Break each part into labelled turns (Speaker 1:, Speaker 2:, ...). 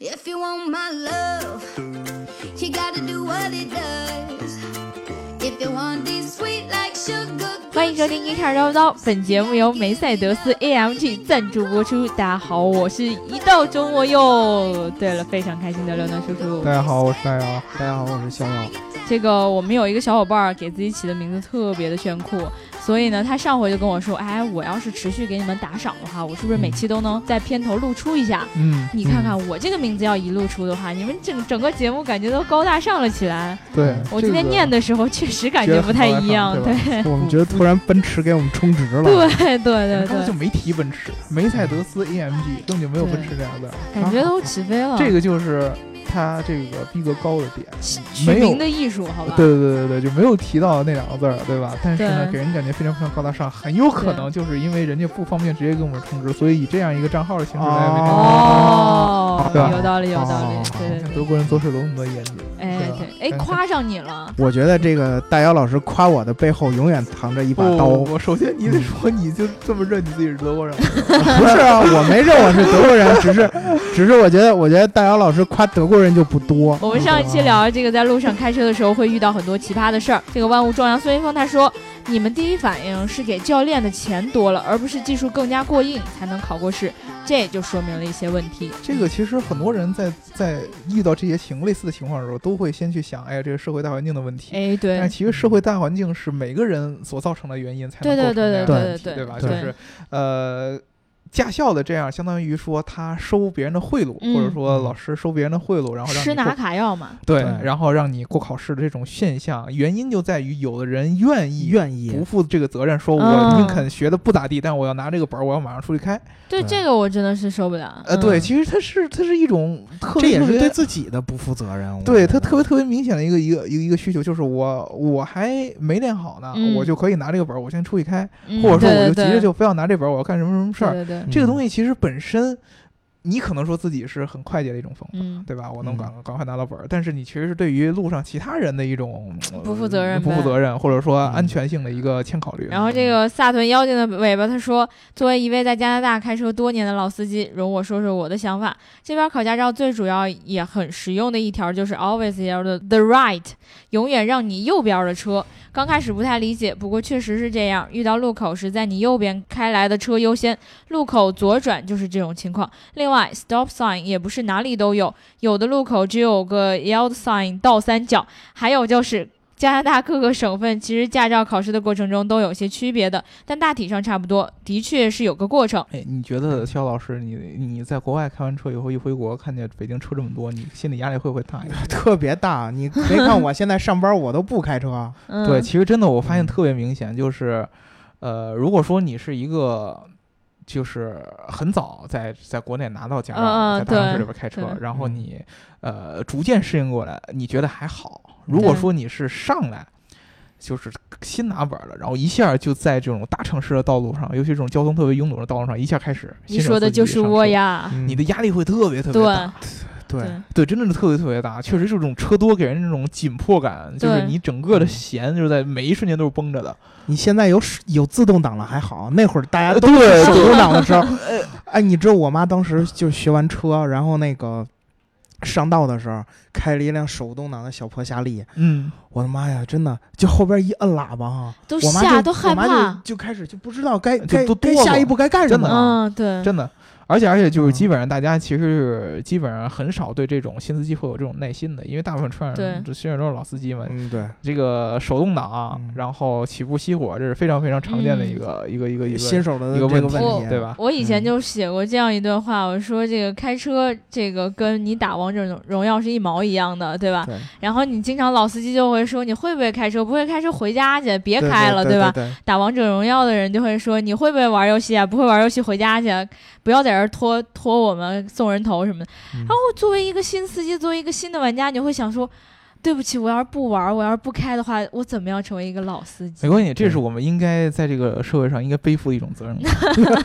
Speaker 1: If you want my love, you gotta do what it does. If you want it sweet like sugar,
Speaker 2: 欢迎收听一开始叨叨，本节目由梅赛德斯 AMG 赞助播出。大家好，我是一到周末又对了，非常开心的刘能叔叔
Speaker 3: 大。家好，我是大姚。大家好，我是逍遥。
Speaker 2: 这个我们有一个小伙伴儿给自己起的名字特别的炫酷，所以呢，他上回就跟我说，哎，我要是持续给你们打赏的话，我是不是每期都能在片头露出一下？
Speaker 3: 嗯，
Speaker 2: 你看
Speaker 3: 嗯，
Speaker 2: 看我这个名字要一露出的话，你们整整个节目感觉都高大上了起来。
Speaker 3: 对，
Speaker 2: 我今天念
Speaker 3: 的，
Speaker 2: 的时候确实感觉不太一样，
Speaker 3: 觉得
Speaker 2: 对
Speaker 3: 很我们觉得突然奔驰给我们充值了。
Speaker 2: 对
Speaker 3: 哎
Speaker 2: 对对
Speaker 3: 刚才就
Speaker 2: 对，
Speaker 3: 没提奔驰，梅赛德斯 AMG 根本就没有奔驰这样的。
Speaker 2: 感觉都起飞了。
Speaker 3: 这个就是它这个逼格高的点，
Speaker 2: 取
Speaker 3: 没有
Speaker 2: 名。的艺术，好吧？
Speaker 3: 对对对对对，就没有提到那两个字儿，对吧？但是呢，
Speaker 2: 对
Speaker 3: 给人感觉非常非常高大上，很有可能就是因为人家不方便直接给我们充值，所以以这样一个账号的形式来为这个
Speaker 2: 哦，
Speaker 3: 对吧啊
Speaker 2: 有道理，有道理
Speaker 4: 哦，
Speaker 2: 对对
Speaker 3: 德
Speaker 2: 对，
Speaker 3: 国人做事多么的严谨，
Speaker 2: 哎
Speaker 3: 对吧
Speaker 2: 对，哎，夸上你了，
Speaker 4: 我觉得这个大姚老师夸我的背后永远藏着一把刀。
Speaker 2: 哦
Speaker 4: 嗯
Speaker 3: 不，哦我首先你得说你就这么认你自己是德国人，
Speaker 4: 不是啊，我没认我是德国人，只 是，只是我觉得，我觉得大姚老师夸德国人就不多。
Speaker 2: 我们上一期
Speaker 3: 啊
Speaker 2: 聊这个，在路上开车的时候会遇到很多奇葩的事儿。这个万物壮阳孙一峰他说，你们第一反应是给教练的钱多了，而不是技术更加过硬才能考过试，这也就说明了一些问题。
Speaker 3: 这个其实很多人在在遇到这些情类似的情况的时候，都会先去想，哎呀，这个社会大环境的问题。
Speaker 2: 哎，对
Speaker 3: 但，其实社会大环境是每个人所造成的原因才
Speaker 2: 对
Speaker 3: 能
Speaker 2: 对
Speaker 3: 构成那
Speaker 2: 对对
Speaker 3: 样的
Speaker 2: 对
Speaker 3: 问题
Speaker 2: 对
Speaker 3: 对吧？就
Speaker 2: 对
Speaker 3: 是呃，驾校的这样，相当于说他收别人的贿赂，或者
Speaker 2: 嗯
Speaker 3: 说老师收别人的贿赂，然后让
Speaker 2: 吃
Speaker 3: 你
Speaker 2: 拿
Speaker 3: 过
Speaker 2: 卡要嘛，
Speaker 3: 对
Speaker 4: 对，
Speaker 3: 然后让你过考试的这种现象，原因就在于有的人愿意
Speaker 4: 愿意
Speaker 3: 不负这个责任，说我
Speaker 2: 嗯
Speaker 3: 宁肯学的不咋地，但我要拿这个本儿，我要马上出去开。
Speaker 2: 对
Speaker 4: 对
Speaker 2: 这个我真的是受不了。
Speaker 3: 呃，
Speaker 2: 嗯
Speaker 3: 对，，其实它是它是一种特
Speaker 4: 这
Speaker 3: 别
Speaker 4: 也
Speaker 3: 特
Speaker 4: 是
Speaker 3: 别
Speaker 4: 对自己的不负责任。我
Speaker 3: 对
Speaker 4: 觉
Speaker 3: 它
Speaker 4: 得
Speaker 3: 特别特别明显的一个一个一个一个需求，就是我我还没练好呢，
Speaker 2: 嗯
Speaker 3: 我就可以拿这个本儿，我先出去开，
Speaker 2: 嗯
Speaker 3: 或者说
Speaker 2: 对
Speaker 3: 我就
Speaker 2: 对
Speaker 3: 急着
Speaker 2: 对
Speaker 3: 就非要拿这本儿，我要干什么什么事儿。
Speaker 2: 对对
Speaker 4: 嗯
Speaker 2: 对，
Speaker 3: 这个东西其实本身，你可能说自己是很快捷的一种方法。
Speaker 2: 嗯，
Speaker 3: 对吧？我能
Speaker 4: 嗯
Speaker 3: 赶赶快拿到本儿，但是你其实是对于路上其他人的一种呃
Speaker 2: 不负责任
Speaker 3: 不
Speaker 2: 呗嗯
Speaker 3: 负责任，或者说
Speaker 4: 嗯
Speaker 3: 安全性的一个欠考虑。
Speaker 2: 然后这个萨屯妖精的尾巴，他说：“作为一位在加拿大开车多年的老司机，容我说说我的想法。这边考驾照最主要也很实用的一条就是 always 要的 the right，永远让你右边的车。刚开始不太理解，不过确实是这样。遇到路口时，在你右边开来的车优先，路口左转就是这种情况。另外，stop sign 也不是哪里都有，有的路口只有个 yield sign 倒三角，还有就是加拿大各个省份其实驾照考试的过程中都有些区别的，但大体上差不多，的确是有个过程。
Speaker 3: 哎，你觉得肖老师，你你在国外开完车以后，一回国看见北京车这么多，你心理压力会不会大一点？
Speaker 4: 特别大。你别看我现在上班，我都不 开车。
Speaker 2: 嗯，
Speaker 3: 对，其实真的我发现
Speaker 4: 嗯
Speaker 3: 特别明显，就是，呃，如果说你是一个。就是很早在在国内拿到驾照
Speaker 2: 嗯嗯
Speaker 3: 的，在大城
Speaker 2: 对
Speaker 3: 市里边开车
Speaker 2: 对，
Speaker 3: 然后
Speaker 4: 嗯
Speaker 3: 你呃逐渐适应过来，你觉得还好。如果
Speaker 2: 对
Speaker 3: 说你是上来就是新拿本儿了，然后一下就在这种大城市的道路上，尤其这种交通特别拥堵的道路上，一下开始，
Speaker 2: 你说的就是我，呀，
Speaker 4: 嗯
Speaker 3: 你的压力会特别特别
Speaker 2: 对
Speaker 3: 大。
Speaker 4: 对
Speaker 2: 对
Speaker 3: 对，真的是特别特别大，确实就是这种车多给人那种紧迫感，就是
Speaker 2: 对
Speaker 3: 你整个的弦就是在每一瞬间都是绷着的。
Speaker 4: 你现在有手有自动挡了还好，那会儿大家
Speaker 3: 呃
Speaker 4: 都
Speaker 3: 对
Speaker 4: 是手动挡的时候，哎，你知道我妈当时就学完车，然后那个上道的时候开了一辆手动挡的小破夏利，
Speaker 3: 嗯，
Speaker 4: 我的妈呀，真的就后边一摁喇叭哈，
Speaker 2: 都
Speaker 4: 我妈
Speaker 2: 吓
Speaker 4: 就
Speaker 2: 都害
Speaker 4: 我妈
Speaker 2: 怕
Speaker 4: 就，啊就开始就不知道该
Speaker 3: 就
Speaker 4: 该
Speaker 3: 都
Speaker 4: 该
Speaker 3: 哆嗦
Speaker 4: 下一步该干什
Speaker 3: 真
Speaker 4: 么
Speaker 3: 的啊
Speaker 4: 了。
Speaker 2: 嗯，对，
Speaker 3: 真的，而且而且就是
Speaker 4: 嗯
Speaker 3: 基本上大家其实是基本上很少对这种新司机会有这种耐心的，因为大部分车
Speaker 2: 对
Speaker 3: 上这虽然都是老司机嘛，
Speaker 4: 嗯，对，
Speaker 3: 这个手动挡啊
Speaker 4: 嗯，
Speaker 3: 然后起步熄火，这是非常非常常见的一
Speaker 2: 嗯
Speaker 3: 个一个一个一
Speaker 4: 新
Speaker 3: 个
Speaker 4: 手的
Speaker 3: 一
Speaker 4: 这
Speaker 3: 问
Speaker 4: 问
Speaker 3: 题，
Speaker 4: 题，
Speaker 3: 对？吧？
Speaker 2: 我以前
Speaker 4: 嗯
Speaker 2: 就写过这样一段话，我说这个开车这个跟你打王者荣耀是一毛一样的，对吧？
Speaker 4: 对
Speaker 2: 然后你经常老司机就会说你会不会开车，不会开车回家去，别
Speaker 4: 对
Speaker 2: 开了，
Speaker 4: 对
Speaker 2: 吧？
Speaker 4: 对对
Speaker 2: 打王者荣耀的人就会说：“你会不会玩游戏啊？不会玩游戏回家去，啊不要在这儿拖拖我们送人头什么的。
Speaker 4: 嗯
Speaker 2: 然后作为一个新司机，作为一个新的玩家，你会想说：“对不起，我要是不玩，我要是不开的话，我怎么样成为一个老司机
Speaker 3: 没？关系，这
Speaker 4: 对
Speaker 3: 是我们应该在这个社会上应该背负的一种责任 感，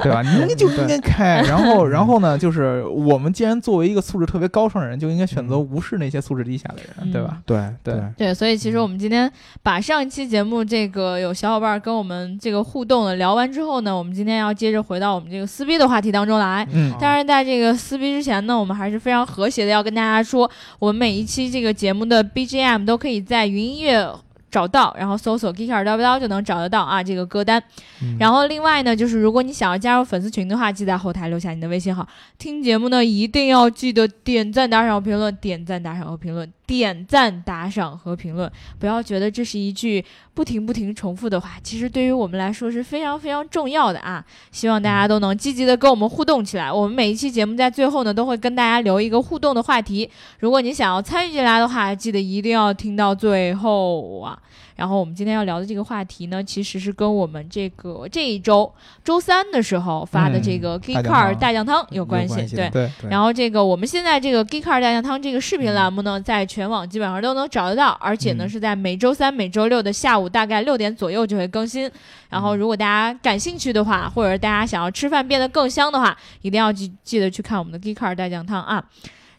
Speaker 3: 对吧？你就应该开，然 后，然后呢，就是我们既然作为一个素质特别高尚的人，就应该选择无视那些素质低下的人，对吧？嗯
Speaker 4: 对嗯
Speaker 3: 对
Speaker 2: 嗯对，所以其实我们今天把上一期节目这个有小伙伴跟我们这个互动的聊完之后呢，我们今天要接着回到我们这个撕逼的话题当中来。
Speaker 3: 嗯
Speaker 4: 好
Speaker 2: 但是在这个撕逼之前呢，我们还是非常和谐的，要跟大家说，我们每一期这个节目的 BGM 都可以在云音乐找到，然后搜索 Geek 二叨不叨就能找得到啊这个歌单。
Speaker 4: 嗯
Speaker 2: 然后另外呢，就是如果你想要加入粉丝群的话，记得在后台留下你的微信号。听节目呢，一定要记得点赞、打赏和评论，点赞、打赏和评论，点赞、打赏和评论。不要觉得这是一句不停不停重复的话，其实对于我们来说是非常非常重要的啊！希望
Speaker 4: 嗯
Speaker 2: 大家都能积极的跟我们互动起来。我们每一期节目在最后呢，都会跟大家留一个互动的话题。如果你想要参与进来的话，记得一定要听到最后啊！然后我们今天要聊的这个话题呢，其实是跟我们这个这一周周三的时候发
Speaker 4: 嗯
Speaker 2: 的这个 Geek
Speaker 3: 大酱汤
Speaker 2: Car 大酱汤有
Speaker 4: 有
Speaker 2: 关
Speaker 4: 关系的
Speaker 2: 对，
Speaker 3: 对，
Speaker 4: 对
Speaker 2: 然后这个我们现在这个 Geek Car 大酱汤这个视频栏目呢，在全网基本上都能找得到，而且呢
Speaker 4: 嗯
Speaker 2: 是在每周三、每周六的下午大概六点左右就会更新。然
Speaker 4: 嗯
Speaker 2: 后如果大家感兴趣的话，或者大家想要吃饭变得更香的话，一定要记记得去看我们的 Geek Car 大酱汤啊。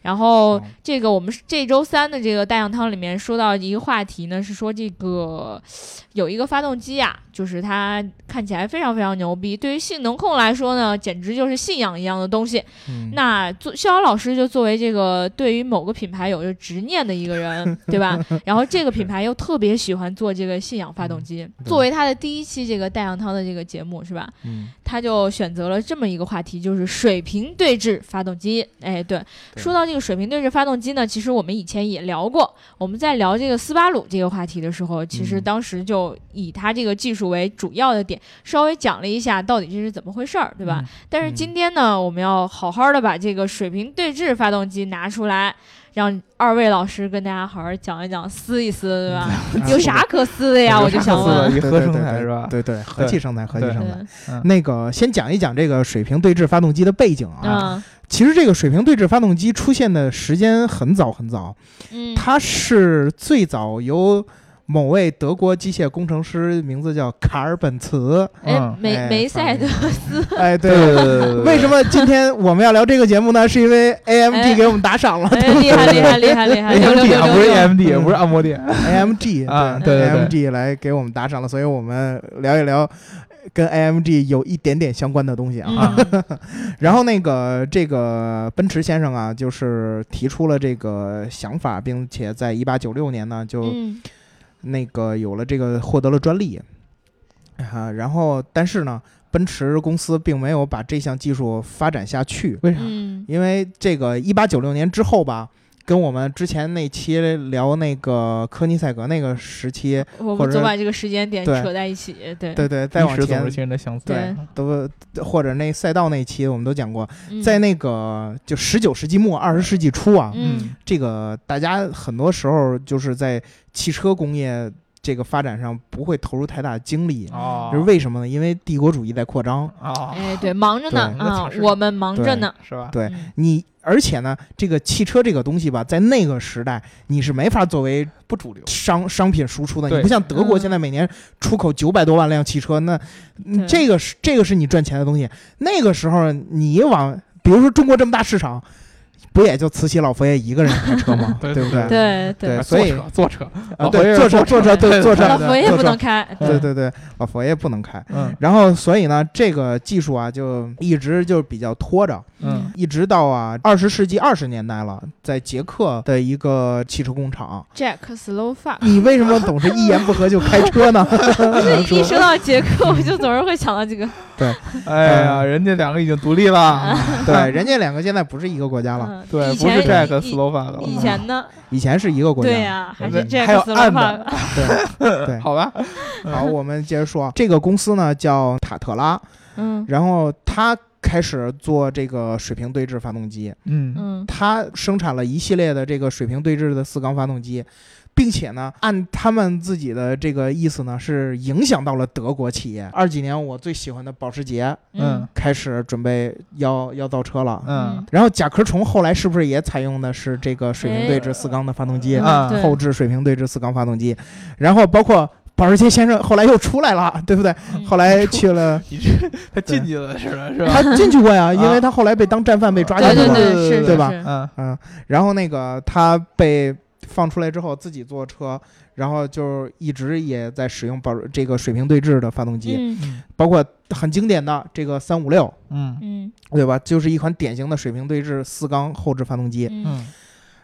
Speaker 2: 然后
Speaker 4: 好
Speaker 2: 这个我们这周三的这个大酱汤里面说到一个话题呢，是说这个呃有一个发动机啊，就是它看起来非常非常牛逼，对于性能控来说呢，简直就是信仰一样的东西。
Speaker 4: 嗯
Speaker 2: 那作逍遥老师就作为这个对于某个品牌有着执念的一个 人，对吧？然后这个品牌又特别喜欢做这个信仰发动机，
Speaker 4: 嗯对
Speaker 2: 作为他的第一期这个带氧汤的这个节目，是吧？
Speaker 4: 嗯
Speaker 2: 他就选择了这么一个话题，就是水平对置发动机。哎，对，
Speaker 4: 对
Speaker 2: 说到这个水平对置发动机呢，其实我们以前也聊过。我们在聊这个斯巴鲁这个话题的时候，其实
Speaker 4: 嗯
Speaker 2: 当时就以它这个技术为主要的点，稍微讲了一下到底这是怎么回事儿，对吧？
Speaker 3: 嗯
Speaker 2: 但是今天呢，我们要好好的把这个水平对置发动机拿出来。让二位老师跟大家好好讲一讲，撕一撕，对吧？有啥可撕的呀？
Speaker 3: 嗯有
Speaker 2: 我就
Speaker 3: 啥
Speaker 2: 想
Speaker 3: 可撕的
Speaker 2: 问。嗯
Speaker 3: 一合
Speaker 4: 对对
Speaker 3: 成
Speaker 4: 对
Speaker 3: 才
Speaker 4: 对
Speaker 3: 是吧
Speaker 4: 对对，和
Speaker 3: 对
Speaker 4: 气生财，和气
Speaker 3: 对
Speaker 4: 生
Speaker 2: 对
Speaker 4: 财。那个先讲一讲这个水平对置发动机的背景啊。
Speaker 2: 嗯
Speaker 4: 其实这个水平对置发动机出现的时间很早很早，
Speaker 2: 嗯，
Speaker 4: 它是最早由某位德国机械工程师，名字叫卡尔本 茨。
Speaker 2: 哎
Speaker 3: 嗯，
Speaker 2: 梅
Speaker 4: 哎
Speaker 2: 梅赛德
Speaker 4: 哎，
Speaker 3: 对对对对对，
Speaker 4: 为什么今天我们要聊这个节目呢？是 因为 AMD 给我们打赏了
Speaker 2: 哎，厉害厉害厉害厉
Speaker 4: 哎
Speaker 2: 害！六六
Speaker 3: AMD 啊？
Speaker 2: 六
Speaker 3: 不是
Speaker 2: 六六！
Speaker 3: AMD，也不是按摩店，
Speaker 2: 哎
Speaker 4: ，AMG
Speaker 3: 啊对对
Speaker 4: ，AMG 来给我们打赏了，所以我们聊一聊跟 AMG 有一点点相关的东西啊。
Speaker 2: 嗯
Speaker 4: 然后那个这个奔驰先生啊，就是提出了这个想法，并且在一八九六年呢，就
Speaker 2: 嗯
Speaker 4: 那个有了这个获得了专利啊。然后但是呢，奔驰公司并没有把这项技术发展下去，
Speaker 3: 为啥？
Speaker 2: 嗯
Speaker 4: 因为这个一八九六年之后吧。跟我们之前那期聊那个科尼塞格那个时期，
Speaker 2: 我
Speaker 4: 或
Speaker 2: 们
Speaker 4: 者
Speaker 2: 总把这个时间点
Speaker 4: 对
Speaker 2: 扯在一起，对
Speaker 4: 对对，再往
Speaker 3: 历史总
Speaker 4: 前
Speaker 3: 是亲人的相似，
Speaker 2: 对
Speaker 4: 都或者那赛道那期，我们都讲过，
Speaker 2: 嗯
Speaker 4: 在那个就十九世纪末二十世纪初啊，
Speaker 2: 嗯
Speaker 4: 这个大家很多时候就是在汽车工业这个发展上不会投入太大的精力，
Speaker 3: 哦，
Speaker 4: 就是为什么呢？因为帝国主义在扩张，
Speaker 3: 啊，
Speaker 2: 哎对忙着呢
Speaker 4: 嗯对
Speaker 3: 那
Speaker 2: 啊
Speaker 3: 确，实
Speaker 2: 我们忙着呢，
Speaker 3: 是吧？
Speaker 4: 对
Speaker 2: 嗯
Speaker 4: 你而且呢，这个汽车这个东西吧，在那个时代你是没法作为
Speaker 3: 不主流，
Speaker 4: 商商品输出的，
Speaker 3: 对
Speaker 4: 你不像德国
Speaker 2: 嗯
Speaker 4: 现在每年出口九百多万辆汽车，那嗯
Speaker 2: 对
Speaker 4: 这个是这个是你赚钱的东西。那个时候你往，比如说中国这么大市场，不也就慈禧老佛爷一个人开车吗？
Speaker 3: 对
Speaker 4: 不对？
Speaker 2: 对对，
Speaker 4: 所以
Speaker 3: 哎坐车坐车，
Speaker 4: 啊，
Speaker 3: 老佛
Speaker 4: 对，
Speaker 3: 爷
Speaker 4: 坐车坐车对坐车，
Speaker 2: 老佛爷
Speaker 4: 坐
Speaker 2: 不
Speaker 4: 车嗯
Speaker 2: 能开，嗯
Speaker 4: 对对对，老佛爷不能开。
Speaker 3: 嗯
Speaker 4: 然后，所以呢，这个技术啊，就一直就比较拖着，
Speaker 3: 嗯，
Speaker 4: 一直到啊二十世纪二十年代了，在捷克的一个汽车工 厂，
Speaker 2: Jack Slovak。
Speaker 4: 你为什么总是一言不合就开车呢？
Speaker 2: 不是一说到杰克，我就总是会想到这个。
Speaker 3: 哎呀，人家两个已经独立了，
Speaker 4: 对，人家两个现在不是一个国家了，
Speaker 2: 嗯
Speaker 3: 对，
Speaker 2: 以
Speaker 3: 不是
Speaker 2: 前
Speaker 3: Jack
Speaker 2: 以
Speaker 3: Slovak
Speaker 2: 以
Speaker 3: 了，
Speaker 2: 前呢？
Speaker 4: 以前是一个国家。
Speaker 2: 对呀，还是
Speaker 3: 嗯
Speaker 2: Jack
Speaker 4: 还有暗
Speaker 2: Slovak。
Speaker 4: 对对。
Speaker 3: 好吧？
Speaker 4: 好，我们接着说，啊这个公司呢叫塔特拉，
Speaker 2: 嗯
Speaker 4: 然后它开始做这个水平对置发动机。
Speaker 3: 嗯
Speaker 2: 嗯
Speaker 4: 它生产了一系列的这个水平对置的四缸发动机，并且呢，按他们自己的这个意思呢，是影响到了德国企业。二几年我最喜欢的保时捷
Speaker 3: 嗯
Speaker 4: 开始准备要要造车了。
Speaker 3: 嗯
Speaker 4: 然后甲壳虫后来是不是也采用的是这个水平对置四缸的发动机，
Speaker 3: 嗯
Speaker 4: 啊
Speaker 3: 啊
Speaker 2: 对
Speaker 4: 后置水平对置四缸发动机？然后包括保时捷先生后来又出来了，对不对？
Speaker 2: 嗯
Speaker 4: 后来去了，
Speaker 3: 你这他进去了是吧？是吧？
Speaker 4: 他进去过呀，因为他后来被当战犯被抓进
Speaker 2: 对对
Speaker 4: 去了。
Speaker 2: 对，是
Speaker 3: 对
Speaker 4: 对吧？
Speaker 2: 是是
Speaker 3: 嗯
Speaker 4: 嗯，然后那个他被放出来之后，自己坐车，然后就一直也在使用保这个水平对置的发动机，
Speaker 2: 嗯
Speaker 4: 包括很经典的这个三五六，
Speaker 3: 嗯
Speaker 2: 嗯
Speaker 4: 对吧？就是一款典型的水平对置四缸后置发动机。
Speaker 2: 嗯
Speaker 3: 嗯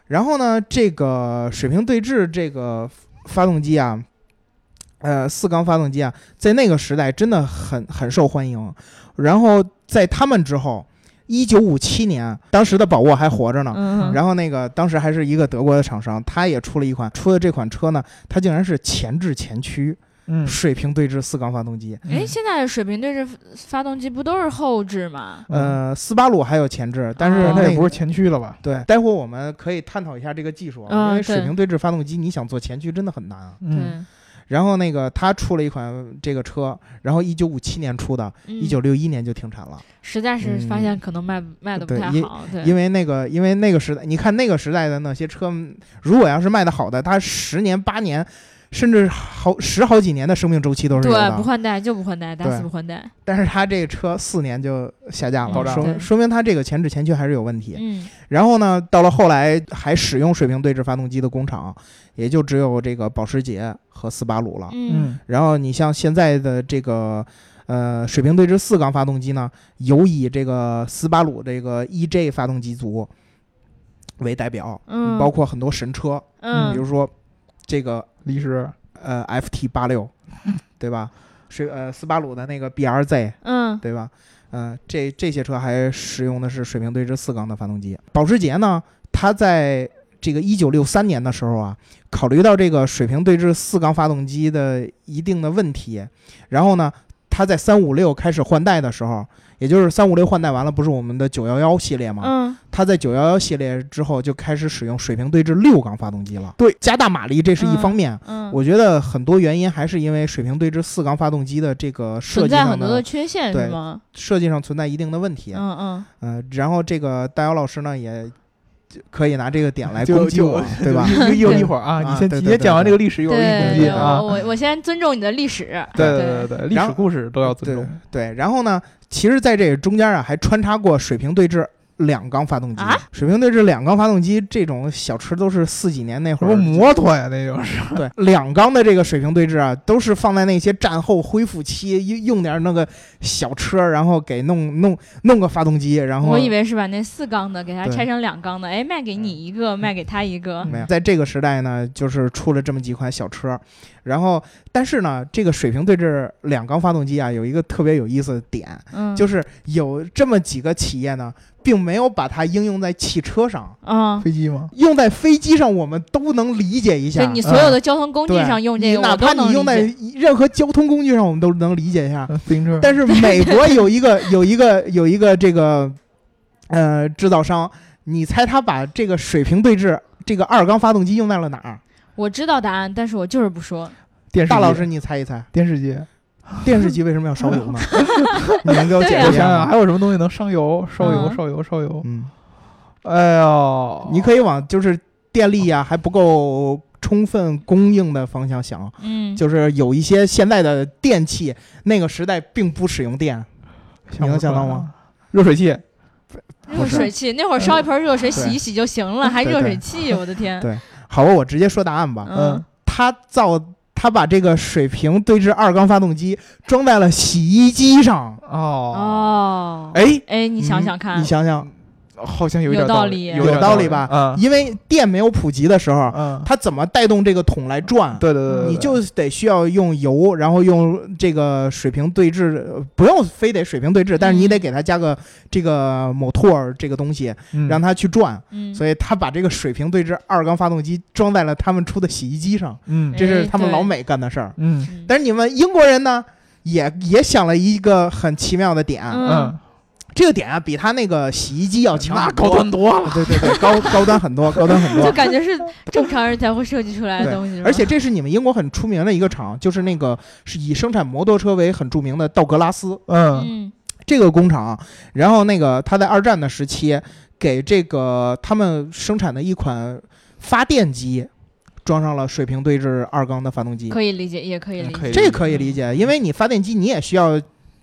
Speaker 4: 然后呢，这个水平对置这个发动机啊，呃，四缸发动机啊，在那个时代真的很很受欢迎。然后在他们之后，一九五七年，当时的宝沃还活着呢。
Speaker 2: 嗯，
Speaker 4: 然后那个当时还是一个德国的厂商，他也出了一款，出的这款车呢，它竟然是前置前驱
Speaker 3: 嗯
Speaker 4: 水平对置四缸发动机。
Speaker 2: 哎，现在水平对置发动机不都是后置吗？
Speaker 3: 嗯，啊
Speaker 4: 呃，斯巴鲁还有前置，但是
Speaker 2: 哦
Speaker 3: 那
Speaker 4: 那
Speaker 3: 也不是前驱了吧？
Speaker 4: 对。待会儿我们可以探讨一下这个技术，啊
Speaker 2: 嗯
Speaker 4: 因为水
Speaker 2: 对
Speaker 4: 平对置发动机你想做前驱真的很难啊。
Speaker 3: 嗯，
Speaker 4: 然后那个他出了一款这个车，然后一九五七年出的，
Speaker 2: 对，嗯
Speaker 4: 一九六一年就停产了，
Speaker 2: 实在是发现可能卖卖的不太好，对，
Speaker 4: 因为那个因为那个时代，你看那个时代的那些车，如果要是卖的好的，它十年八年。甚至好十好几年的生命周期都是有的，
Speaker 2: 对不换代就不换代，打
Speaker 4: 对
Speaker 2: 死不换代。
Speaker 4: 但是他这个车四年就下架
Speaker 3: 爆
Speaker 4: 了，
Speaker 3: 炸
Speaker 4: 说
Speaker 2: 对
Speaker 4: 说明他这个前置前驱还是有问题。
Speaker 2: 嗯
Speaker 4: 然后呢，到了后来还使用水平对置发动机的工厂，也就只有这个保时捷和斯巴鲁了。
Speaker 2: 嗯
Speaker 4: 然后你像现在的这个。呃，水平对置四缸发动机呢，有以这个斯巴鲁这个 EJ 发动机组为代表，
Speaker 2: 嗯，
Speaker 4: 包括很多神车，
Speaker 2: 嗯
Speaker 4: 比如说这个
Speaker 3: 离时
Speaker 4: 呃 FT 八六， 对吧？水呃斯巴鲁的那个 BRZ，
Speaker 2: 嗯
Speaker 4: 对吧？呃，这这些车还使用的是水平对置四缸的发动机。保时捷呢，它在这个一九六三年的时候啊，考虑到这个水平对置四缸发动机的一定的问题，然后呢，它在三五六开始换代的时候，也就是三五六换代完了，不是我们的九幺幺系列吗？
Speaker 2: 嗯
Speaker 4: 它在九幺幺系列之后就开始使用水平对置六缸发动机了。对，加大马力这是一方面。
Speaker 2: 嗯，
Speaker 4: 我觉得很多原因还是因为水平对置四缸发动机的这个设
Speaker 2: 存
Speaker 4: 计
Speaker 2: 在
Speaker 4: 上
Speaker 2: 很多
Speaker 4: 的
Speaker 2: 的缺陷是吗？
Speaker 4: 设计上存在一定的问题。
Speaker 2: 嗯嗯
Speaker 4: 呃，然后这个大姚老师呢，也就可以拿这个点 来
Speaker 3: 就
Speaker 4: 攻击
Speaker 3: 就
Speaker 4: 我，对吧？
Speaker 3: 一一会儿一会 儿啊，
Speaker 4: 对
Speaker 3: 你先
Speaker 4: 对
Speaker 3: 你
Speaker 4: 对
Speaker 3: 先讲完这
Speaker 4: 对
Speaker 3: 个历史，一会儿我给你
Speaker 2: 对
Speaker 3: 攻击
Speaker 2: 对，
Speaker 3: 啊
Speaker 2: 我。我我先尊重你的历史，
Speaker 3: 对对对，历
Speaker 4: 然
Speaker 3: 史
Speaker 4: 后
Speaker 3: 故事都要尊
Speaker 4: 对
Speaker 3: 重。
Speaker 4: 对，然后呢，其实在这中间啊，还穿插过水平对置两缸发动机。
Speaker 2: 啊
Speaker 4: 水平对置两缸发动机这种小吃都是四几年那
Speaker 3: 什
Speaker 4: 会
Speaker 3: 么
Speaker 4: 儿
Speaker 3: 摩托呀，那就是
Speaker 4: 对两缸的这个水平对置啊，都是放在那些战后恢复期用用点那个小车，然后给弄弄弄个发动机，然后
Speaker 2: 我以为是把那四缸的给它
Speaker 4: 对嗯
Speaker 2: 拆成两缸的，哎，卖给你一个，卖给他一 个。
Speaker 4: 没有，在这个时代呢，就是出了这么几款小车，然后但是呢，这个水平对置两缸发动机啊，有一个特别有意思的点，
Speaker 2: 嗯，
Speaker 4: 就是是有这么几个企业呢，并没有把它应用在汽车上，
Speaker 2: 嗯，
Speaker 3: 飞机吗？
Speaker 4: 用在飞机上，我们都能理解一
Speaker 2: 就
Speaker 4: 下
Speaker 2: 你。所有的交通工具
Speaker 4: 嗯对
Speaker 2: 上用这
Speaker 4: 你
Speaker 2: 个，
Speaker 4: 哪
Speaker 2: 我
Speaker 4: 怕
Speaker 2: 都能
Speaker 4: 你用在
Speaker 2: 理解。嗯
Speaker 4: 任何交通工具上，我们都能理解一下。
Speaker 3: 呃自行车。
Speaker 4: 但是美国有一个有一个有一个这个呃制造商，你猜他把这个水平对置这个二缸发动机用在了哪儿？
Speaker 2: 我知道答案，但是我就是不
Speaker 4: 啊
Speaker 2: 说。
Speaker 3: 电视
Speaker 4: 大
Speaker 3: 机
Speaker 4: 老师，你猜一猜，
Speaker 3: 电视机，
Speaker 4: 电视机为什么要烧 油呢？你能给我
Speaker 2: 对
Speaker 4: 解释
Speaker 2: 啊
Speaker 3: 我
Speaker 4: 一
Speaker 3: 想
Speaker 4: 下
Speaker 3: 想
Speaker 4: 吗？
Speaker 3: 还有什么东西能上油、烧油、
Speaker 2: 嗯
Speaker 3: 烧油、烧油。
Speaker 4: 哎嗯，
Speaker 3: 哎呦，
Speaker 4: 你可以往就是电力呀、还不够充分供应的方向想，
Speaker 2: 嗯，
Speaker 4: 就是有一些现在的电器，那个时代并不使用电，
Speaker 3: 不
Speaker 4: 你能想
Speaker 3: 出来
Speaker 4: 到
Speaker 3: 啊
Speaker 4: 吗？
Speaker 3: 热水器，
Speaker 2: 热水器那会儿烧一盆热水洗一洗就行了，还
Speaker 4: 嗯对
Speaker 2: 热水器，我的天。
Speaker 4: 对啊好吧，我直接说答案吧。
Speaker 2: 嗯，
Speaker 4: 他造他把这个水平对置二缸发动机装在了洗衣机上。
Speaker 3: 哦，
Speaker 2: 哦，
Speaker 4: 哎，
Speaker 2: 哎，你想想
Speaker 4: 嗯
Speaker 2: 看
Speaker 4: 你，想想，
Speaker 3: 好像有一
Speaker 2: 有
Speaker 3: 点
Speaker 2: 道理
Speaker 3: 理，
Speaker 2: 有
Speaker 3: 点
Speaker 4: 道理吧
Speaker 3: 嗯
Speaker 4: 因为电没有普及的时候，
Speaker 3: 嗯，
Speaker 4: 它怎么带动这个桶来转？
Speaker 3: 对对对对，
Speaker 4: 你
Speaker 3: 对
Speaker 4: 就得需要用油，然后用这个水平对置，呃不用非得水平对置，但是你得
Speaker 2: 嗯
Speaker 4: 给它加个这个 motor 这个东西，让
Speaker 3: 它
Speaker 4: 它去转。
Speaker 2: 嗯，
Speaker 4: 所以他把这个水平对置二缸发动机装在了他们出的洗衣机上，
Speaker 3: 嗯
Speaker 4: 这是他们
Speaker 2: 哎对
Speaker 4: 老美干的事儿。
Speaker 3: 嗯
Speaker 2: 嗯
Speaker 4: 但是你们英国人呢，也也想了一个很奇妙的点，啊
Speaker 2: 嗯
Speaker 3: 嗯
Speaker 4: 这个点啊，比它那个洗衣机要强
Speaker 3: 那
Speaker 4: 很
Speaker 3: 高
Speaker 4: 多
Speaker 3: 端多了。
Speaker 4: 对对对，高高端很多，高端很
Speaker 2: 就
Speaker 4: 多。
Speaker 2: 感觉是正常人才会设计出来的
Speaker 4: 对
Speaker 2: 东西，是吧
Speaker 4: 而且这是你们英国很出名的一个厂，就是那个是以生产摩托车为很著名的道格拉斯呃
Speaker 3: 嗯
Speaker 2: 嗯
Speaker 4: 这个工厂。啊然后那个他在二战的时期，给这个他们生产的一款发电机装上了水平对置二缸的发动机，
Speaker 2: 可以理解，也可以理
Speaker 3: 嗯可以
Speaker 2: 解，
Speaker 3: 理解
Speaker 4: 这可以理解，因为你发电机你也需要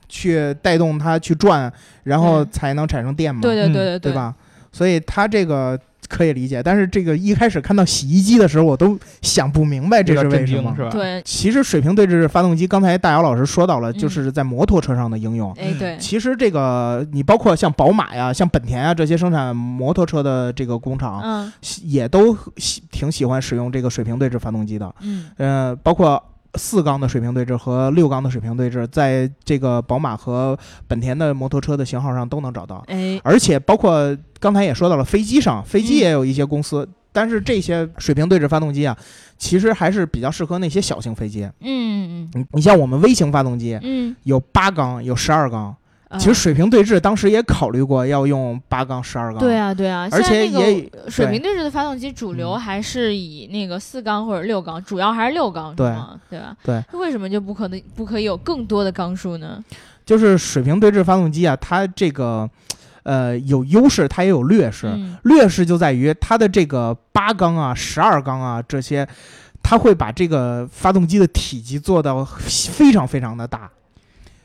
Speaker 4: 去带动它去转，然后
Speaker 2: 嗯
Speaker 4: 才能产生电嘛。
Speaker 2: 对对对
Speaker 4: 嗯对
Speaker 2: 对，
Speaker 4: 吧？所以他这个可以理解，但是这个一开始看到洗衣机的时候，我都想不明白这
Speaker 3: 有
Speaker 4: 是
Speaker 3: 点震
Speaker 4: 为什
Speaker 3: 惊
Speaker 4: 么。
Speaker 3: 是吧？，
Speaker 2: 对，
Speaker 4: 其实水平对置发动机，刚才大姚老师说到了，
Speaker 2: 嗯
Speaker 4: 就是在摩托车上的应用。
Speaker 2: 哎对，
Speaker 4: 其实这个你包括像宝马呀、像本田啊这些生产摩托车的这个工厂，
Speaker 2: 嗯
Speaker 4: 喜也都喜挺喜欢使用这个水平对置发动机的。
Speaker 2: 嗯
Speaker 4: 呃，包括四缸的水平对置和六缸的水平对置，在这个宝马和本田的摩托车的型号上都能找到。
Speaker 2: 哎
Speaker 4: 而且包括刚才也说到了飞机上，飞机
Speaker 2: 嗯
Speaker 4: 也有一些公司，但是这些水平对置发动机啊，其实还是比较适合那些小型飞机。
Speaker 2: 嗯嗯
Speaker 4: 你你像我们微型发动机，
Speaker 2: 嗯
Speaker 4: 有八缸，有十二缸。
Speaker 2: 嗯，
Speaker 4: 其实水平对置当时也考虑过要用八缸、十二
Speaker 2: 呃
Speaker 4: 缸。
Speaker 2: 对啊对啊，
Speaker 4: 而
Speaker 2: 现在
Speaker 4: 且
Speaker 2: 那个
Speaker 4: 也
Speaker 2: 水
Speaker 4: 对
Speaker 2: 平对置的发动机主流
Speaker 4: 嗯
Speaker 2: 还是以那个四缸或者六缸，主要还是六缸，是
Speaker 4: 对
Speaker 2: 吗对吧？
Speaker 4: 对，
Speaker 2: 为什么就不可能不可以有更多的缸数呢？
Speaker 4: 就是水平对置发动机啊，它这个呃有优势，它也有劣势。
Speaker 2: 嗯
Speaker 4: 劣势就在于它的这个八缸啊、十二缸啊这些，它会把这个发动机的体积做到非常非常的大，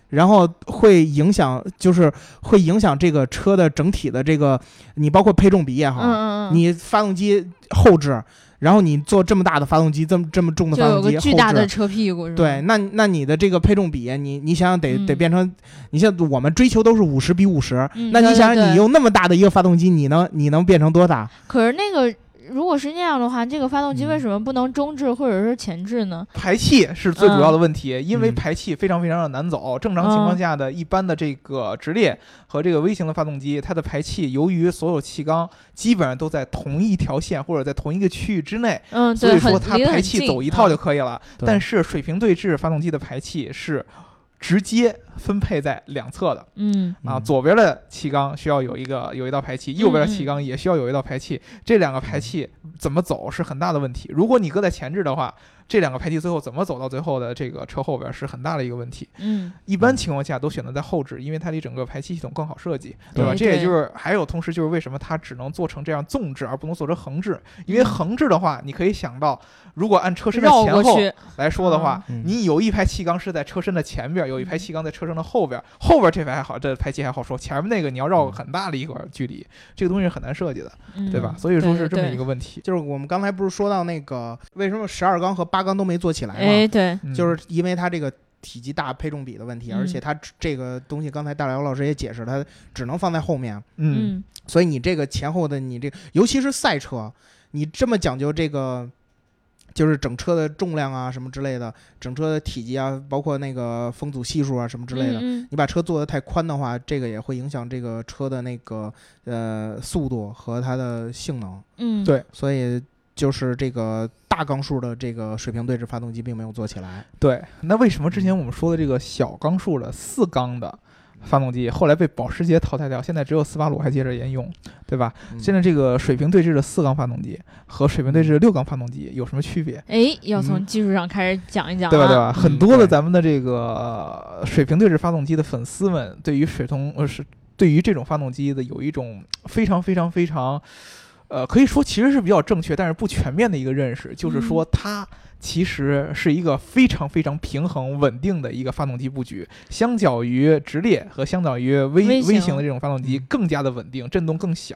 Speaker 4: 然后会影响，就是会影响这个车的整体的这个，你包括配重比也
Speaker 2: 嗯
Speaker 4: 好，
Speaker 2: 嗯嗯，
Speaker 4: 你发动机后置，然后你做这么大的发动机，这么这么重的
Speaker 2: 就
Speaker 4: 发
Speaker 2: 有
Speaker 4: 动机
Speaker 2: 个
Speaker 4: 后
Speaker 2: 巨大的
Speaker 4: 置。
Speaker 2: 车屁股是吧？
Speaker 4: 对，那那你的这个配重比，你你想想得得
Speaker 2: 嗯
Speaker 4: 变成，你像我们追求都是五十比五十、
Speaker 2: 嗯
Speaker 4: 那你
Speaker 2: 对对
Speaker 4: 想想，
Speaker 2: 对
Speaker 4: 你用那么大的一个发动机，你能你能变成多大？
Speaker 2: 可是那个如果是那样的话，这个发动机
Speaker 4: 嗯
Speaker 2: 为什么不能中置或者是前置呢？
Speaker 3: 排气是最主要的问题，因为
Speaker 4: 嗯
Speaker 3: 排气非常非常的难走。正常情况下的一般的这个直列和这个微型的发动机，它的排气由于所有气缸基本上都在同一条线或者在同一个区域之内，
Speaker 2: 嗯，
Speaker 3: 所
Speaker 2: 对，
Speaker 3: 以
Speaker 2: 很
Speaker 3: 说它
Speaker 2: 离得很
Speaker 3: 排气
Speaker 2: 近
Speaker 3: 走一套就
Speaker 2: 嗯
Speaker 3: 可以了。
Speaker 4: 对
Speaker 3: 但是水平对置发动机的排气是直接分配在两侧的。
Speaker 2: 嗯
Speaker 3: 啊，
Speaker 4: 嗯
Speaker 3: 左边的气缸需要有一个有一道排气，
Speaker 2: 嗯
Speaker 3: 右边的气缸也需要有一道排气。这两个排
Speaker 4: 嗯
Speaker 3: 气怎么走是很大的问题。如果你搁在前置的话，这两个排气最后怎么走到最后的这个车后边是很大的一个问题。
Speaker 2: 嗯
Speaker 3: 一般情况下都选择在后置，因为它离整个排气系统更好设计，
Speaker 4: 对
Speaker 3: 吧？这也
Speaker 2: 对
Speaker 3: 就是还有同时就是为什么它只能做成这样纵置而不能做成横置，因为横置的话，你可以想到，如果按车身的
Speaker 2: 嗯绕
Speaker 3: 前
Speaker 2: 过
Speaker 3: 后
Speaker 2: 去，
Speaker 3: 来说的话，
Speaker 4: 嗯
Speaker 3: 你有一排气缸是在车身的前边，有一排气缸在车身的后边，后边这排还好，这排气还好说，前面那个你要绕很大的一个距离，这个东西是很难设计的，对吧？
Speaker 2: 嗯
Speaker 3: 所以说是
Speaker 2: 对
Speaker 3: 这么
Speaker 2: 对
Speaker 3: 一个问题。
Speaker 4: 就是我们刚才不是说到那个为什么十二缸和八缸都没做起来
Speaker 2: 哎，
Speaker 4: 吗？
Speaker 2: 对，
Speaker 3: 嗯
Speaker 4: 就是因为它这个体积大、配重比的问题，
Speaker 2: 嗯
Speaker 4: 而且它只这个东西，刚才大辽老师也解释，它只能放在后面，
Speaker 3: 嗯，
Speaker 2: 嗯
Speaker 4: 所以你这个前后的你这，尤其是赛车，你这么讲究这个。就是整车的重量啊，什么之类的，整车的体积啊，包括那个风阻系数啊，什么之类的，
Speaker 2: 嗯
Speaker 4: 你把车做得太宽的话，这个也会影响这个车的那个呃速度和它的性能。
Speaker 2: 嗯，嗯
Speaker 3: 对
Speaker 4: 所以就是这个大缸数的这个水平对置发动机并没有做起来。
Speaker 3: 对。那为什么之前我们说的这个小缸数的四缸的？发动机后来被保时捷淘汰掉，现在只有斯巴鲁还接着沿用，对吧？
Speaker 4: 嗯
Speaker 3: 现在这个水平对置的四缸发动机和水平对置的六缸发动机有什么区别？
Speaker 2: 哎，要从
Speaker 3: 嗯
Speaker 2: 技术上开始讲一讲，啊
Speaker 3: 对吧？对？吧？很
Speaker 4: 嗯
Speaker 3: 多的
Speaker 4: 对
Speaker 3: 咱们的这个呃水平对置发动机的粉丝们，对于水同呃是对于这种发动机的有一种非常非常非常，呃，可以说其实是比较正确，但是不全面的一个认识，就是
Speaker 2: 嗯
Speaker 3: 说它其实是一个非常非常平衡稳定的一个发动机布局，相较于直列和相较于微
Speaker 2: 微型
Speaker 3: 微型的这种发动机
Speaker 4: 嗯
Speaker 3: 更加的稳定，震动更小。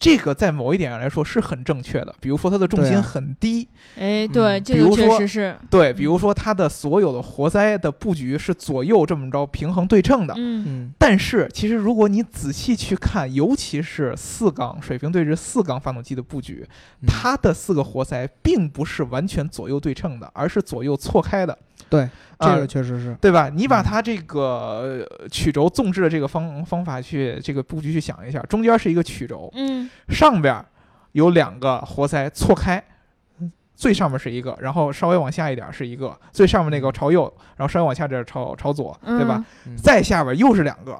Speaker 3: 这个在某一点上来说是很正确的，比如说它的重
Speaker 4: 对
Speaker 3: 心
Speaker 4: 啊
Speaker 3: 很低，
Speaker 2: 哎，
Speaker 4: 嗯
Speaker 2: 对，这
Speaker 3: 比
Speaker 2: 个
Speaker 3: 如
Speaker 2: 确
Speaker 3: 说啊
Speaker 2: 实是，
Speaker 3: 对，比如说它的所有的活塞的布局是左右这么着平衡对称的。
Speaker 2: 嗯
Speaker 4: 嗯，
Speaker 3: 但是，其实如果你仔细去看，尤其是四缸水平对置四缸发动机的布局，
Speaker 4: 嗯
Speaker 3: 它的四个活塞并不是完全左右对称的，而是左右错开的。
Speaker 4: 对
Speaker 3: 啊
Speaker 4: 这个确实是，
Speaker 3: 对吧？你把
Speaker 4: 嗯
Speaker 3: 它这个呃曲轴纵置的这个方方法去这个布局去想一下，中间是一个曲轴，
Speaker 2: 嗯
Speaker 3: 上边儿有两个活塞错开，最上面是一个，然后稍微往下一点儿是一个，最上面那个朝右，然后稍微往下点儿朝朝左，对吧？
Speaker 2: 嗯
Speaker 3: 再下边又是两个，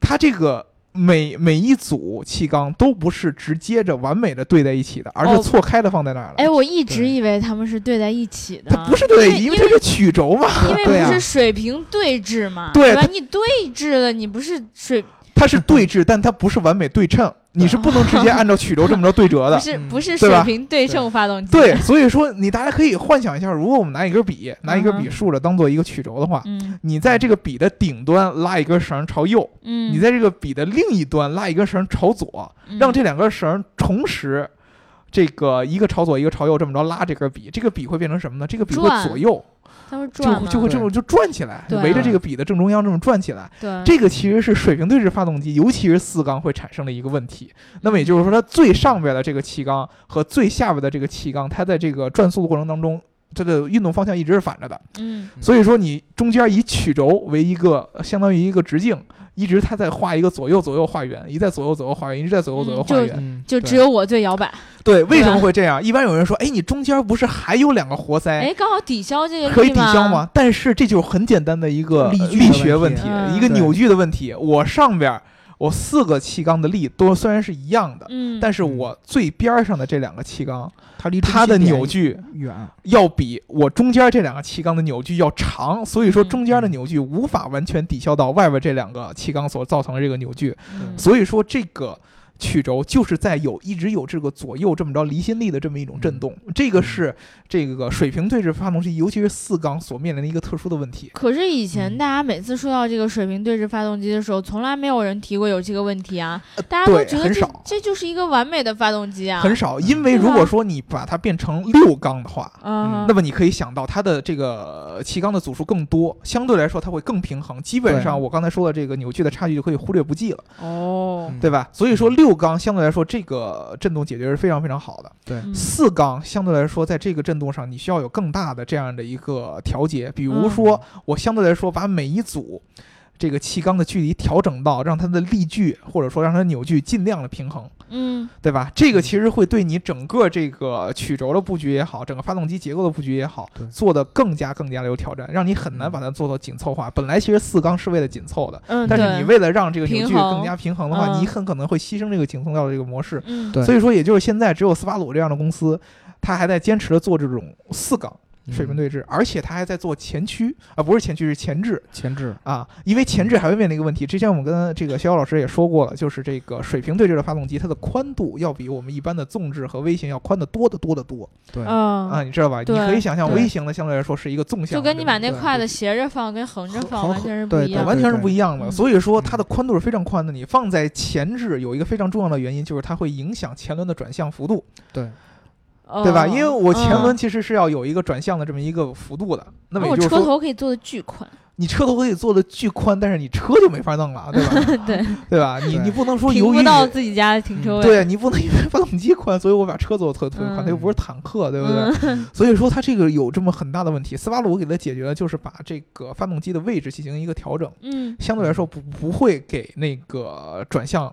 Speaker 3: 它这个每每一组气缸都不是直接着完美的对在一起的，而
Speaker 2: 哦
Speaker 3: 是错开的放在那儿了。
Speaker 2: 哎，我一直
Speaker 4: 对
Speaker 2: 以为他们是对在一起的，啊
Speaker 3: 它不是对在一
Speaker 2: 因
Speaker 3: 起，因
Speaker 2: 为
Speaker 3: 为
Speaker 2: 因
Speaker 3: 它
Speaker 2: 为
Speaker 3: 是曲轴嘛，
Speaker 2: 因为
Speaker 4: 对
Speaker 2: 不
Speaker 4: 啊
Speaker 2: 是水平对峙嘛，
Speaker 3: 对
Speaker 2: 吧
Speaker 3: 它？
Speaker 2: 你对峙了，你不是水
Speaker 3: 它是对峙，但它不是完美 对称，你是不能直接按照曲轴这么着对折
Speaker 2: 不
Speaker 3: 的。
Speaker 2: 是
Speaker 4: 嗯
Speaker 2: 不是
Speaker 3: 对
Speaker 2: 水
Speaker 3: 吧
Speaker 2: 平对称发动机，
Speaker 3: 对，所以说你大家可以幻想一下，如果我们拿一根笔，拿一根
Speaker 2: 嗯
Speaker 3: 笔竖着当做一个曲轴的话，
Speaker 2: 嗯
Speaker 3: 你在这个笔的顶端拉一根绳朝右，
Speaker 2: 嗯，
Speaker 3: 你在这个笔的另一端拉一根绳朝左，让这
Speaker 2: 嗯
Speaker 3: 两根绳同时，这个一个朝左一个朝右这么着拉这根笔，这个笔会变成什么呢？这个笔会
Speaker 2: 转
Speaker 3: 左右，
Speaker 2: 它会
Speaker 3: 就
Speaker 2: 转
Speaker 3: 会
Speaker 2: 吗
Speaker 3: 就会这么就转起来，
Speaker 2: 对啊嗯
Speaker 3: 围着这个笔的正中央这么转起来。
Speaker 2: 对
Speaker 3: 这个其实是水平对置发动机，尤其是四缸会产生的一个问题。
Speaker 2: 嗯
Speaker 3: 那么也就是说，它最上边的这个气缸和最下边的这个气缸，它在这个转速的过程当中，它的运动方向一直是反着的。
Speaker 2: 嗯
Speaker 3: 所以说，你中间以曲轴为一个呃相当于一个直径，一直它在画一个左右左右画圆，一在左右左右画圆，一直在左右左右画圆。
Speaker 4: 嗯，
Speaker 2: 就
Speaker 3: 对
Speaker 2: 只有我最摇摆，
Speaker 3: 对，为什
Speaker 2: 对
Speaker 3: 么
Speaker 2: 吧
Speaker 3: 会这样？一般有人说，哎，你中间不是还有两个活塞
Speaker 2: 哎，刚好抵消这个
Speaker 3: 可以
Speaker 2: 力
Speaker 3: 抵消？吗？但是这就是很简单的一个
Speaker 4: 力矩
Speaker 3: 力
Speaker 4: 的
Speaker 3: 学
Speaker 4: 问
Speaker 3: 问
Speaker 4: 题
Speaker 3: 题，
Speaker 2: 嗯
Speaker 3: 一个
Speaker 4: 对
Speaker 3: 扭矩的问题。我上边儿我四个气缸的力都虽然是一样的，
Speaker 2: 嗯，
Speaker 3: 但是
Speaker 4: 嗯
Speaker 3: 我最边儿上的这两个气缸，
Speaker 4: 它离
Speaker 3: 它的扭矩
Speaker 4: 远，
Speaker 3: 要比我中间这两个气缸的扭矩要长，所以说
Speaker 2: 嗯
Speaker 3: 中间的扭矩无法完全抵消到外边这两个气缸所造成的这个扭矩，
Speaker 2: 嗯
Speaker 3: 所以说这个。曲轴就是在有一直有这个左右这么着离心力的这么一种
Speaker 2: 嗯
Speaker 3: 震动，这个是这个水平对置发动机，尤其是四缸所面临的一个特殊的问题。
Speaker 2: 可是以前
Speaker 4: 嗯
Speaker 2: 大家每次说到这个水平对置发动机的时候，从来没有人提过有这个问题啊，大家都
Speaker 3: 呃对
Speaker 2: 觉得
Speaker 3: 很
Speaker 2: 这
Speaker 3: 少
Speaker 2: 这就是一个完美的发动机啊，
Speaker 3: 很少，因为
Speaker 2: 对
Speaker 3: 如
Speaker 2: 啊
Speaker 3: 果说你把它变成六缸的话，
Speaker 2: 嗯，
Speaker 3: 那么你可以想到它的这个气缸的组数更多，相对来说它会更平衡。基本
Speaker 4: 对
Speaker 2: 啊
Speaker 3: 上我刚才说的这个扭矩的差距就可以忽略不计了，
Speaker 2: 哦，
Speaker 4: 嗯
Speaker 3: 对吧？所以说六缸相对来说这个震动解决是非常非常好的。
Speaker 4: 对
Speaker 2: 嗯
Speaker 3: 四缸相对来说在这个震动上你需要有更大的这样的一个调节，比如说
Speaker 4: 嗯
Speaker 3: 我相对来说把每一组。这个气缸的距离调整到让它的力矩或者说让它的扭矩尽量的平衡，
Speaker 2: 嗯
Speaker 3: 对吧？这个其实会对你整个这个曲轴的布局也好，整个发动机结构的布局也好
Speaker 4: 对，
Speaker 3: 做的更加更加的有挑战，让你很难把它做到紧凑化。本来其实四缸是为了紧凑的，
Speaker 2: 嗯，
Speaker 3: 但是
Speaker 2: 对
Speaker 3: 你为了让这个扭矩
Speaker 2: 平衡
Speaker 3: 更加平衡的话，
Speaker 2: 嗯
Speaker 3: 你很可能会牺牲这个紧凑到的这个模式。
Speaker 2: 嗯
Speaker 4: 对
Speaker 3: 所以说，也就是现在只有斯巴鲁这样的公司，它还在坚持的做这种四缸
Speaker 2: 嗯
Speaker 4: 嗯
Speaker 3: 水平对置，而且它还在做前驱啊，不是前驱是前置，
Speaker 4: 前置，
Speaker 3: 啊，因为前置还会面临一个问题，之前我们跟这个肖老师也说过了，就是这个水平对置的发动机，它的宽度要比我们一般的纵置和微型要宽得多得多得多
Speaker 4: 对，
Speaker 2: 嗯
Speaker 3: 啊，你知道吧？你
Speaker 2: 对
Speaker 3: 可以想象
Speaker 2: 对
Speaker 3: 微型的相对来说是一个纵
Speaker 2: 就
Speaker 3: 向的这
Speaker 2: 跟
Speaker 3: 么
Speaker 2: 你
Speaker 3: 一个，
Speaker 2: 把那
Speaker 4: 对
Speaker 2: 筷子斜着放跟横着放
Speaker 4: 横
Speaker 2: 完
Speaker 4: 横
Speaker 2: 全是不
Speaker 4: 对
Speaker 2: 一
Speaker 4: 对
Speaker 2: 样的。
Speaker 4: 对
Speaker 3: 完全是不一样的，
Speaker 2: 嗯
Speaker 3: 所以说它的宽度是非常宽的。你放在前置有一个非常重要的原因，就是它会影响前轮的转向幅度，
Speaker 4: 对，
Speaker 3: 对吧？
Speaker 2: 嗯
Speaker 3: 因为我前
Speaker 2: 嗯
Speaker 3: 轮其实是要有一个转向的这么一个幅度的，那么
Speaker 2: 那哦
Speaker 3: 也
Speaker 2: 我
Speaker 3: 就是
Speaker 2: 车
Speaker 3: 说，
Speaker 2: 头可以做的巨宽，
Speaker 3: 你车头可以做的巨宽，但是你车就没法弄了，对 吧？
Speaker 2: 对，
Speaker 3: 对吧？你
Speaker 4: 对
Speaker 3: 你不能说
Speaker 2: 停
Speaker 3: 由于
Speaker 2: 不
Speaker 3: 你
Speaker 2: 到自己家的停车位。
Speaker 3: 对你不能因为发动机宽，所以我把车做得特特别宽，它又
Speaker 4: 嗯
Speaker 3: 不是坦克，对不对？
Speaker 2: 嗯
Speaker 3: 所以说它这个有这么很大的问题。斯巴鲁给它解决的就是把这个发动机的位置进行一个调整，
Speaker 2: 嗯
Speaker 3: 相对来说不不会给那个转向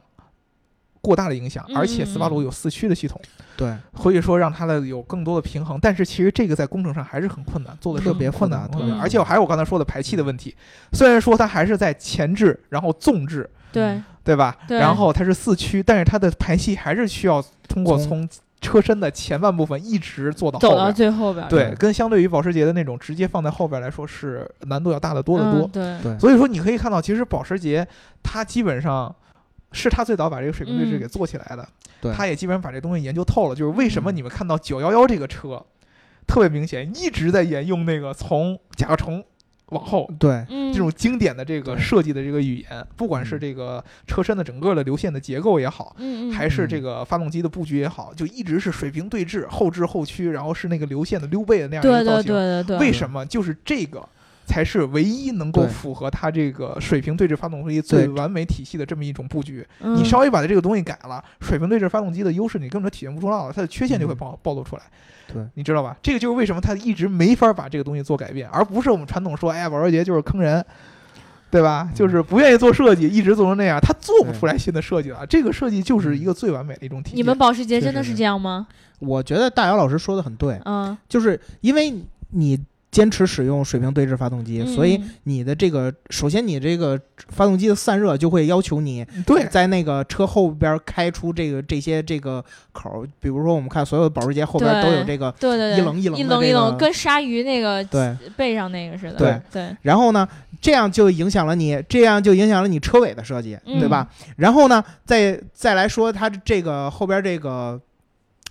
Speaker 3: 过大的影响，而且斯巴鲁有四驱的系统，
Speaker 4: 对，
Speaker 3: 所以说让它的有更多的平衡。但是其实这个在工程上还是很困难，做的是
Speaker 4: 特别
Speaker 3: 很困
Speaker 4: 复杂
Speaker 3: 难
Speaker 4: 特
Speaker 3: 的，
Speaker 2: 别
Speaker 3: 嗯
Speaker 2: 复
Speaker 3: 而且我还有我刚才说的排气的问题，虽然说它还是在前置，然后纵置。
Speaker 2: 对，
Speaker 3: 对吧？
Speaker 2: 对
Speaker 3: 然后它是四驱，但是它的排气还是需要通过
Speaker 4: 从
Speaker 3: 从车身的前半部分一直做到嗯
Speaker 2: 走
Speaker 3: 后
Speaker 2: 到
Speaker 3: 边。
Speaker 2: 最后边儿去。
Speaker 3: 对，跟相对于保时捷的那种直接放在后边来说，是难度要大得多得多
Speaker 2: 嗯。对，
Speaker 4: 对
Speaker 3: 所以说，你可以看到，其实保时捷它基本上是它最早把这个水平对
Speaker 2: 嗯
Speaker 3: 置给做起来的，
Speaker 4: 对
Speaker 3: 它也基本上把这东西研究透了。就是为什么
Speaker 4: 嗯
Speaker 3: 你们看到911这个车特别明显，一直在沿用那个从甲壳虫往后
Speaker 4: 对，
Speaker 2: 嗯，
Speaker 3: 这种经典的这个
Speaker 4: 对
Speaker 3: 设计的这个语言，不管是这个车身的整个的流线的结构也好，
Speaker 2: 嗯嗯
Speaker 3: 还是这个发动机的布局也好，就一直是水平对置、后置后驱，然后是那个流线的溜背的那样一
Speaker 2: 对
Speaker 3: 个造
Speaker 2: 对
Speaker 3: 型。
Speaker 2: 对对对，
Speaker 3: 为什么？就是这个。才是唯一能够
Speaker 4: 对
Speaker 3: 符合它这个水平对置发动机最
Speaker 4: 对
Speaker 3: 完美体系的这么一种布局。
Speaker 2: 嗯
Speaker 3: 你稍微把这个东西改了，水平对置发动机的优势你根本就体现不出来了，它的缺陷就会
Speaker 4: 嗯
Speaker 3: 暴暴露出来。
Speaker 4: 对，
Speaker 3: 你知道吧？这个就是为什么它一直没法把这个东西做改变，而不是我们传统说，哎呀，保时捷就是坑人，对吧？
Speaker 4: 嗯
Speaker 3: 就是不愿意做设计，一直做成那样，它做不出来新的设计了。这个设计就是一个最完美的一种体验。
Speaker 2: 你们保时捷
Speaker 4: 确
Speaker 2: 真的
Speaker 4: 实
Speaker 2: 是
Speaker 4: 是哎
Speaker 2: 这样吗？
Speaker 4: 我觉得大姚老师说的很对，
Speaker 2: 嗯
Speaker 4: 就是因为你坚持使用水平对置发动机，所以
Speaker 2: 嗯
Speaker 4: 你的这个首先你这个发动机的散热就会要求你
Speaker 3: 对，
Speaker 4: 在那个车后边开出这个这些这个口儿，比如说我们看所有的保时捷后边
Speaker 2: 对
Speaker 4: 都有这个，
Speaker 2: 对对对，
Speaker 4: 一棱一棱的
Speaker 2: 一棱一
Speaker 4: 这个
Speaker 2: 棱，跟鲨鱼那个
Speaker 4: 对
Speaker 2: 背上那个似的。
Speaker 4: 对
Speaker 2: 对，
Speaker 4: 然后呢，这样就影响了你，这样就影响了你车尾的设计，
Speaker 2: 嗯
Speaker 4: 对吧？然后呢，再再来说它这个后边这个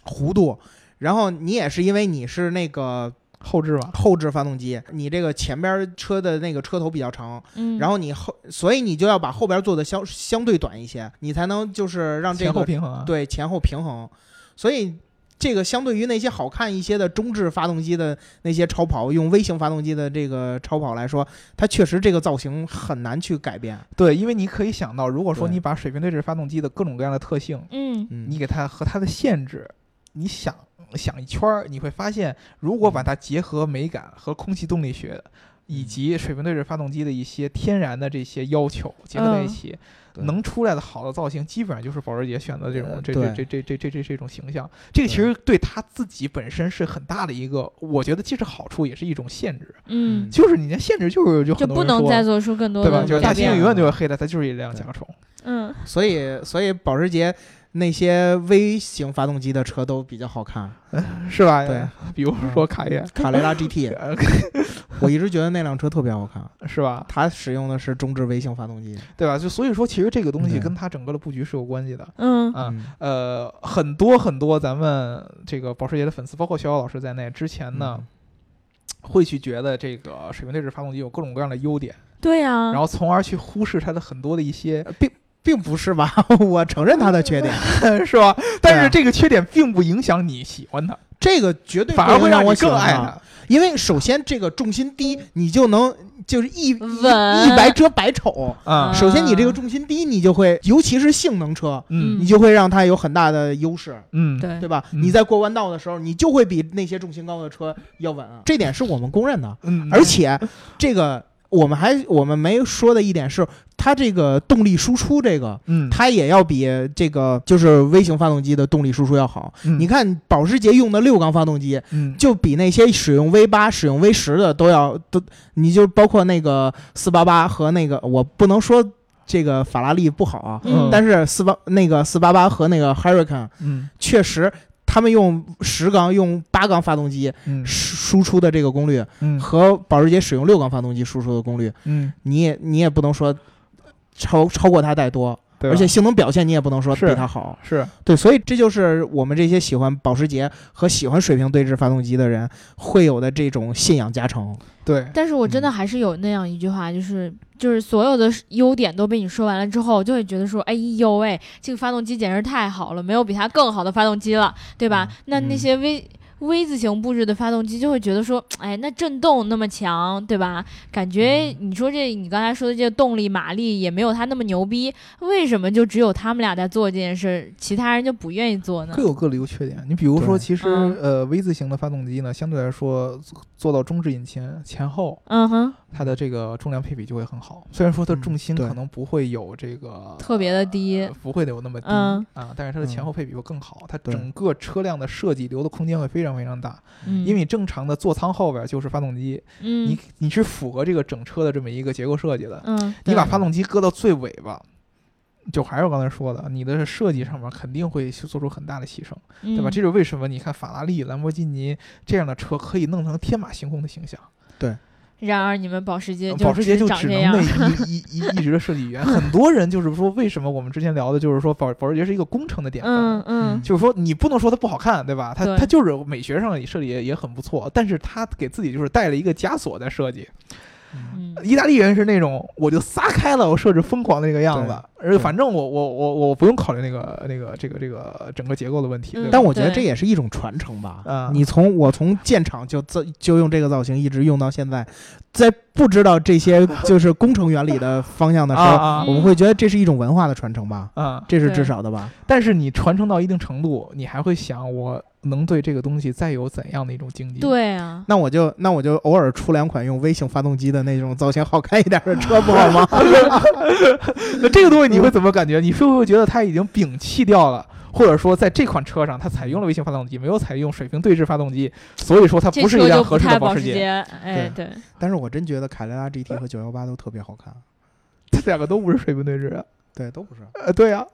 Speaker 4: 弧度，然后你也是因为你是那个
Speaker 3: 后置吧，
Speaker 4: 后置发动机，你这个前边车的那个车头比较长，
Speaker 2: 嗯，
Speaker 4: 然后你后，所以你就要把后边做的相相对短一些，你才能就是让这
Speaker 3: 前后
Speaker 4: 个
Speaker 3: 平衡啊，
Speaker 4: 对前后平衡，所以。这个相对于那些好看一些的中置发动机的那些超跑，用微型发动机的这个超跑来说，它确实这个造型很难去改变。
Speaker 3: 对，因为你可以想到，如果说
Speaker 4: 对
Speaker 3: 你把水平对置发动机的各种各样的特性，
Speaker 2: 嗯
Speaker 4: 嗯，
Speaker 3: 你给它和它的限制，你想想一圈儿，你会发现，如果把它结合美感和空气动力学，以及水平对置发动机的一些天然的这些要求结合在一
Speaker 2: 嗯
Speaker 3: 起，
Speaker 4: 对
Speaker 3: 能出来的好的造型，基本上就是保时捷选的这种
Speaker 4: 呃
Speaker 3: 这
Speaker 4: 对
Speaker 3: 这这这这这这这种形象。这个其实对他自己本身是很大的一个，我觉得既是好处，也是一种限制，
Speaker 2: 嗯，
Speaker 3: 就是你的限制就是有
Speaker 2: 就
Speaker 3: 嗯很多
Speaker 2: 不
Speaker 3: 人
Speaker 2: 能
Speaker 3: 说
Speaker 2: 再做出更多
Speaker 3: 对
Speaker 2: 的
Speaker 3: 吧？
Speaker 2: 改
Speaker 3: 就是大
Speaker 2: 变
Speaker 3: 猩猩
Speaker 4: 猩
Speaker 3: 永远都会黑的，它就是一辆
Speaker 4: 对
Speaker 3: 甲虫。
Speaker 2: 嗯，
Speaker 4: 所以，所以保时捷那些微型发动机的车都比较好看，
Speaker 3: 是吧？
Speaker 4: 对， 嗯
Speaker 3: 比如说卡宴，
Speaker 4: 卡雷拉 GT，
Speaker 3: 呃
Speaker 4: 我一直觉得那辆车特别好看。
Speaker 3: 是吧？
Speaker 4: 它使用的是中置微型发动机，
Speaker 3: 对吧？就所以说，其实这个东西
Speaker 4: 对
Speaker 3: 跟它整个的布局是有关系的。
Speaker 2: 嗯
Speaker 3: 啊
Speaker 4: 嗯
Speaker 3: 呃，很多很多咱们这个保时捷的粉丝，包括小姚老师在内，之前呢、
Speaker 4: 嗯
Speaker 3: 会去觉得这个水平对置发动机有各种各样的优点，
Speaker 2: 对呀，
Speaker 4: 嗯
Speaker 3: 然后从而去忽视它的很多的一些，
Speaker 4: 并并不是吧？ 我承认它的缺点，
Speaker 3: 是吧？但
Speaker 4: 对
Speaker 3: 是
Speaker 4: 啊
Speaker 3: 这个缺点并不影响你喜欢它，
Speaker 4: 这个绝对
Speaker 3: 反而
Speaker 4: 不
Speaker 3: 会
Speaker 4: 让
Speaker 3: 你
Speaker 4: 我喜
Speaker 3: 更
Speaker 4: 欢啊
Speaker 3: 爱
Speaker 4: 它。
Speaker 3: 它。
Speaker 4: 因为首先这个重心低，你就能就是一一
Speaker 2: 稳
Speaker 4: 一白遮百丑。
Speaker 3: 啊
Speaker 2: 啊
Speaker 4: 首先你这个重心低，你就会，尤其是性能车，
Speaker 3: 嗯
Speaker 4: 你就会让它有很大的优势。
Speaker 3: 嗯，
Speaker 2: 对
Speaker 4: 对吧？
Speaker 3: 嗯
Speaker 4: 你在过弯道的时候，你就会比那些重心高的车要稳啊，这点是我们公认的。
Speaker 3: 嗯，
Speaker 4: 而且，这个我们还我们没说的一点是，它这个动力输出这个，
Speaker 3: 嗯，
Speaker 4: 它也要比这个就是微型发动机的动力输出要好。你
Speaker 3: 你
Speaker 4: 看保时捷用的六缸发动机，
Speaker 3: 嗯
Speaker 4: 就比那些使用 V 八、使用 V 十的都要都，你就包括那个四八八和那个，我不能说这个法拉利不好啊，
Speaker 2: 嗯
Speaker 4: 但是四八那个四八八和那个 Hurricane
Speaker 3: 嗯
Speaker 4: 确实。他们用十缸、用八缸发动机
Speaker 3: 嗯
Speaker 4: 输输出的这个功率，
Speaker 3: 嗯
Speaker 4: 和保时捷使用六缸发动机输出的功率，
Speaker 3: 嗯，
Speaker 4: 你也你也不能说超超过它太多，
Speaker 3: 对啊吧，
Speaker 4: 而且性能表现你也不能说
Speaker 3: 是
Speaker 4: 比它好。
Speaker 3: 是
Speaker 4: 对，所以这就是我们这些喜欢保时捷和喜欢水平对置发动机的人会有的这种信仰加成。
Speaker 3: 对，
Speaker 2: 但是我真的
Speaker 3: 嗯
Speaker 2: 还是有那样一句话，就是就是所有的优点都被你说完了之后，就会觉得说，哎呦喂，这个发动机简直太好了，没有比它更好的发动机了，对吧？
Speaker 3: 嗯
Speaker 2: 那那些 V。V 字形布置的发动机就会觉得说，哎，那震动那么强，对吧？感觉
Speaker 3: 嗯
Speaker 2: 你说这你刚才说的这个动力马力也没有它那么牛逼，为什么就只有他们俩在做这件事，其他人就不愿意做呢
Speaker 3: 各？有各的优缺点。你比如说，
Speaker 4: 对
Speaker 3: 其实
Speaker 2: 嗯
Speaker 3: 呃 V 字形的发动机呢，相对来说做做到中置引擎前后，
Speaker 2: 嗯哼，
Speaker 3: 它的这个重量配比就会很好。虽然说它
Speaker 4: 嗯
Speaker 3: 重心
Speaker 4: 对
Speaker 3: 可能不会有这个
Speaker 2: 特别的低
Speaker 3: 呃，不会有那么低、
Speaker 2: 嗯
Speaker 3: 啊，但是它的前
Speaker 4: 嗯
Speaker 3: 后配比会更好，它
Speaker 4: 对
Speaker 3: 整个车辆的设计留的空间会非常非常大。
Speaker 2: 嗯，
Speaker 3: 因为你正常的座舱后边就是发动机，
Speaker 2: 嗯
Speaker 3: 你你是符合这个整车的这么一个结构设计的。
Speaker 2: 嗯，
Speaker 3: 你
Speaker 2: 对
Speaker 3: 把发动机搁到最尾巴。就还是我刚才说的，你的设计上面肯定会去做出很大的牺牲。对吧？
Speaker 2: 嗯
Speaker 3: 这就是为什么你看法拉利、兰博基尼这样的车可以弄成天马行空的形象，
Speaker 2: 然而你们保时捷
Speaker 3: 呃保时捷就
Speaker 2: 长
Speaker 3: 只
Speaker 2: 这
Speaker 3: 能
Speaker 2: 样
Speaker 3: 那， 一一一一直的设计语言。很多人就是说，为什么我们之前聊的就是说保保时捷是一个工程的典范，
Speaker 2: 嗯嗯
Speaker 4: 嗯
Speaker 3: 就是说你不能说它不好看，对吧？它
Speaker 2: 对
Speaker 3: 它就是美学上也设计也也很不错，但是它给自己就是带了一个枷锁在设计。
Speaker 2: 嗯
Speaker 3: 意大利人是那种我就撒开了，我设置疯狂的那个样子，而且
Speaker 4: 对
Speaker 3: 反正我我我我不用考虑那个那个这个这个整个结构的问题，
Speaker 2: 嗯
Speaker 3: 对吧？
Speaker 4: 但我觉得
Speaker 2: 对
Speaker 4: 这也是一种传承吧。
Speaker 3: 啊
Speaker 4: 你从我从建厂就造就用这个造型，一直用到现在，在不知道 这些就是工程原理的方向的时
Speaker 3: 啊
Speaker 4: 候，
Speaker 3: 啊
Speaker 4: 我们会觉得这是一种文化的传承吧，
Speaker 3: 啊！
Speaker 4: 这是
Speaker 2: 对
Speaker 4: 至少的吧。
Speaker 3: 但是你传承到一定程度，你还会想我能对这个东西再有怎样的一种经济？，
Speaker 2: 对啊，
Speaker 4: 那我就那我就偶尔出两款用微型发动机的那种造型好看一点的车，不好吗？
Speaker 3: 那这个东西你会怎么感觉？你是不是会觉得他已经摒弃掉了或者说在这款车上它采用了微型发动机，没有采用水平对置发动机，所以说它
Speaker 2: 这
Speaker 3: 不是
Speaker 2: 车就
Speaker 3: 一辆
Speaker 2: 不
Speaker 3: 合适
Speaker 2: 太
Speaker 3: 的
Speaker 2: 保
Speaker 3: 保
Speaker 2: 时
Speaker 3: 时捷。
Speaker 2: 捷，哎，对，
Speaker 4: 但是我真觉得凯雷拉 GT 和九幺八都特别好看，
Speaker 3: 它两个都不是水平对置啊。
Speaker 4: 对，都不是。
Speaker 3: 呃，对呀、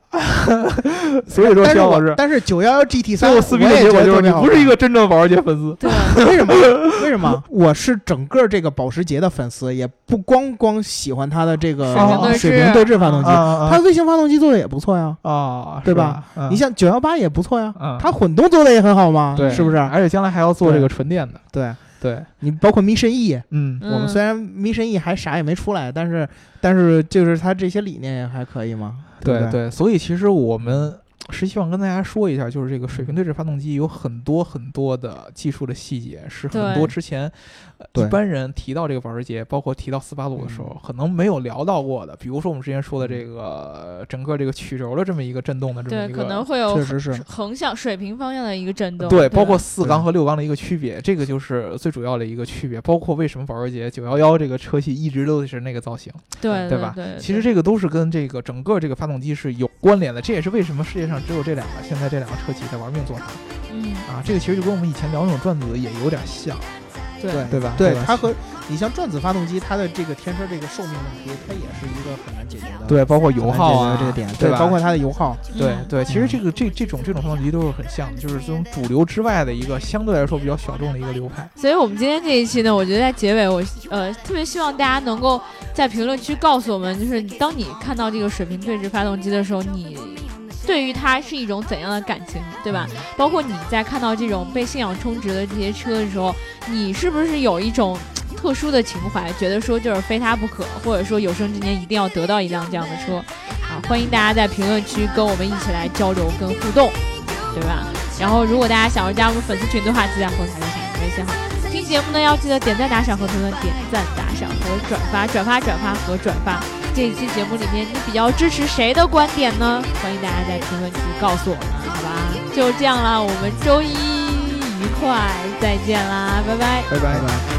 Speaker 3: 所 以说
Speaker 4: 但是
Speaker 3: 肖老
Speaker 4: 我
Speaker 3: 师，
Speaker 4: 但是九幺幺 GT
Speaker 3: 所以哎
Speaker 4: 三，
Speaker 3: 我
Speaker 4: 我
Speaker 3: 撕逼的
Speaker 4: 也
Speaker 3: 结
Speaker 4: 觉
Speaker 3: 果
Speaker 4: 得
Speaker 3: 就
Speaker 4: 特
Speaker 3: 是
Speaker 4: 别
Speaker 3: 你
Speaker 4: 好
Speaker 3: 不
Speaker 4: 看
Speaker 3: 是一个真正的保时捷粉丝。
Speaker 2: 对，
Speaker 4: 为什么？为什么？我是整个这个保时捷的粉丝，也不光光喜欢它的这个
Speaker 3: 水平对
Speaker 2: 置
Speaker 4: 水平对置发动机，它
Speaker 3: 啊
Speaker 4: 的微型发动机做的也不错呀。
Speaker 3: 啊啊，
Speaker 4: 对
Speaker 3: 是
Speaker 4: 吧？
Speaker 3: 嗯
Speaker 4: 你像九幺八也不错呀
Speaker 3: 嗯，
Speaker 4: 它混动做的也很好嘛，
Speaker 3: 对，
Speaker 4: 是不是？
Speaker 3: 而且将来还要做这个纯电的，
Speaker 4: 对
Speaker 3: 对，
Speaker 4: 你包括 Mission E，
Speaker 3: 嗯
Speaker 4: 我们虽然 Mission E 还啥也没出来，但是但是就是它这些理念也还可以嘛，
Speaker 3: 对
Speaker 4: 不对？
Speaker 3: 对，所以其实我们是希望跟大家说一下，就是这个水平对置发动机有很多很多的技术的细节，是很
Speaker 2: 对
Speaker 3: 多之前呃
Speaker 4: 对
Speaker 3: 一般人提到这个保时捷，包括提到斯巴鲁的时候，可能没有聊到过的。比如说我们之前说的这个呃整个这个曲轴的这么一个震动的这么
Speaker 2: 对，
Speaker 3: 一
Speaker 2: 可能
Speaker 3: 个。
Speaker 2: 会有
Speaker 4: 确实是
Speaker 2: 横向、水平方向的一个震动，
Speaker 3: 对，
Speaker 2: 对，
Speaker 3: 包括四
Speaker 4: 对
Speaker 3: 缸和六缸的一个区别，这个就是最主要的一个区别。包括为什么保时捷911这个车系一直都是那个造型，
Speaker 2: 对
Speaker 3: 对
Speaker 2: 对
Speaker 3: 吧
Speaker 2: 对，
Speaker 3: 其实这个都是跟这个整个这个发动机是有关联的，这也是为什么世界上只有这两个，现在这两个车企在玩命做它
Speaker 2: 嗯，
Speaker 3: 啊。这个其实就跟我们以前聊那种转子也有点像，啊
Speaker 2: 对
Speaker 4: 对
Speaker 3: 对吧
Speaker 4: 对
Speaker 3: 对吧
Speaker 4: 它和你像转子发动机，它的这个天生这个寿命问题，它也是一个很难解决的。
Speaker 3: 对，包括
Speaker 4: 很
Speaker 3: 油
Speaker 4: 难
Speaker 3: 耗
Speaker 4: 解
Speaker 3: 啊
Speaker 4: 决这个点，
Speaker 3: 对吧？
Speaker 4: 包括它的油耗，
Speaker 3: 对
Speaker 2: 嗯
Speaker 3: 对，其实这个这这种这种发动机都是很像的，就是这种主流之外的一个相对来说比较小众的一个流派。
Speaker 2: 所以，我们今天这一期呢，我觉得在结尾我，呃特别希望大家能够在评论区告诉我们，就是当你看到这个水平对置发动机的时候，你对于它是一种怎样的感情，对吧？包括你在看到这种被信仰充值的这些车的时候，你是不是有一种嘖特殊的情怀，觉得说就是非它不可，或者说有生之年一定要得到一辆这样的车啊？欢迎大家在评论区跟我们一起来交流跟互动，对吧？然后，如果大家想要加入粉丝群的话，记得在后台留下你的微信号。听节目呢，要记得点赞、打赏和评论，点赞、打赏和转发，转发、转发和转发。这一期节目里面，你比较支持谁的观点呢？欢迎大家在评论区告诉我们，好吧？就这样啦，我们周一愉快，再见啦，拜拜。
Speaker 4: 拜拜。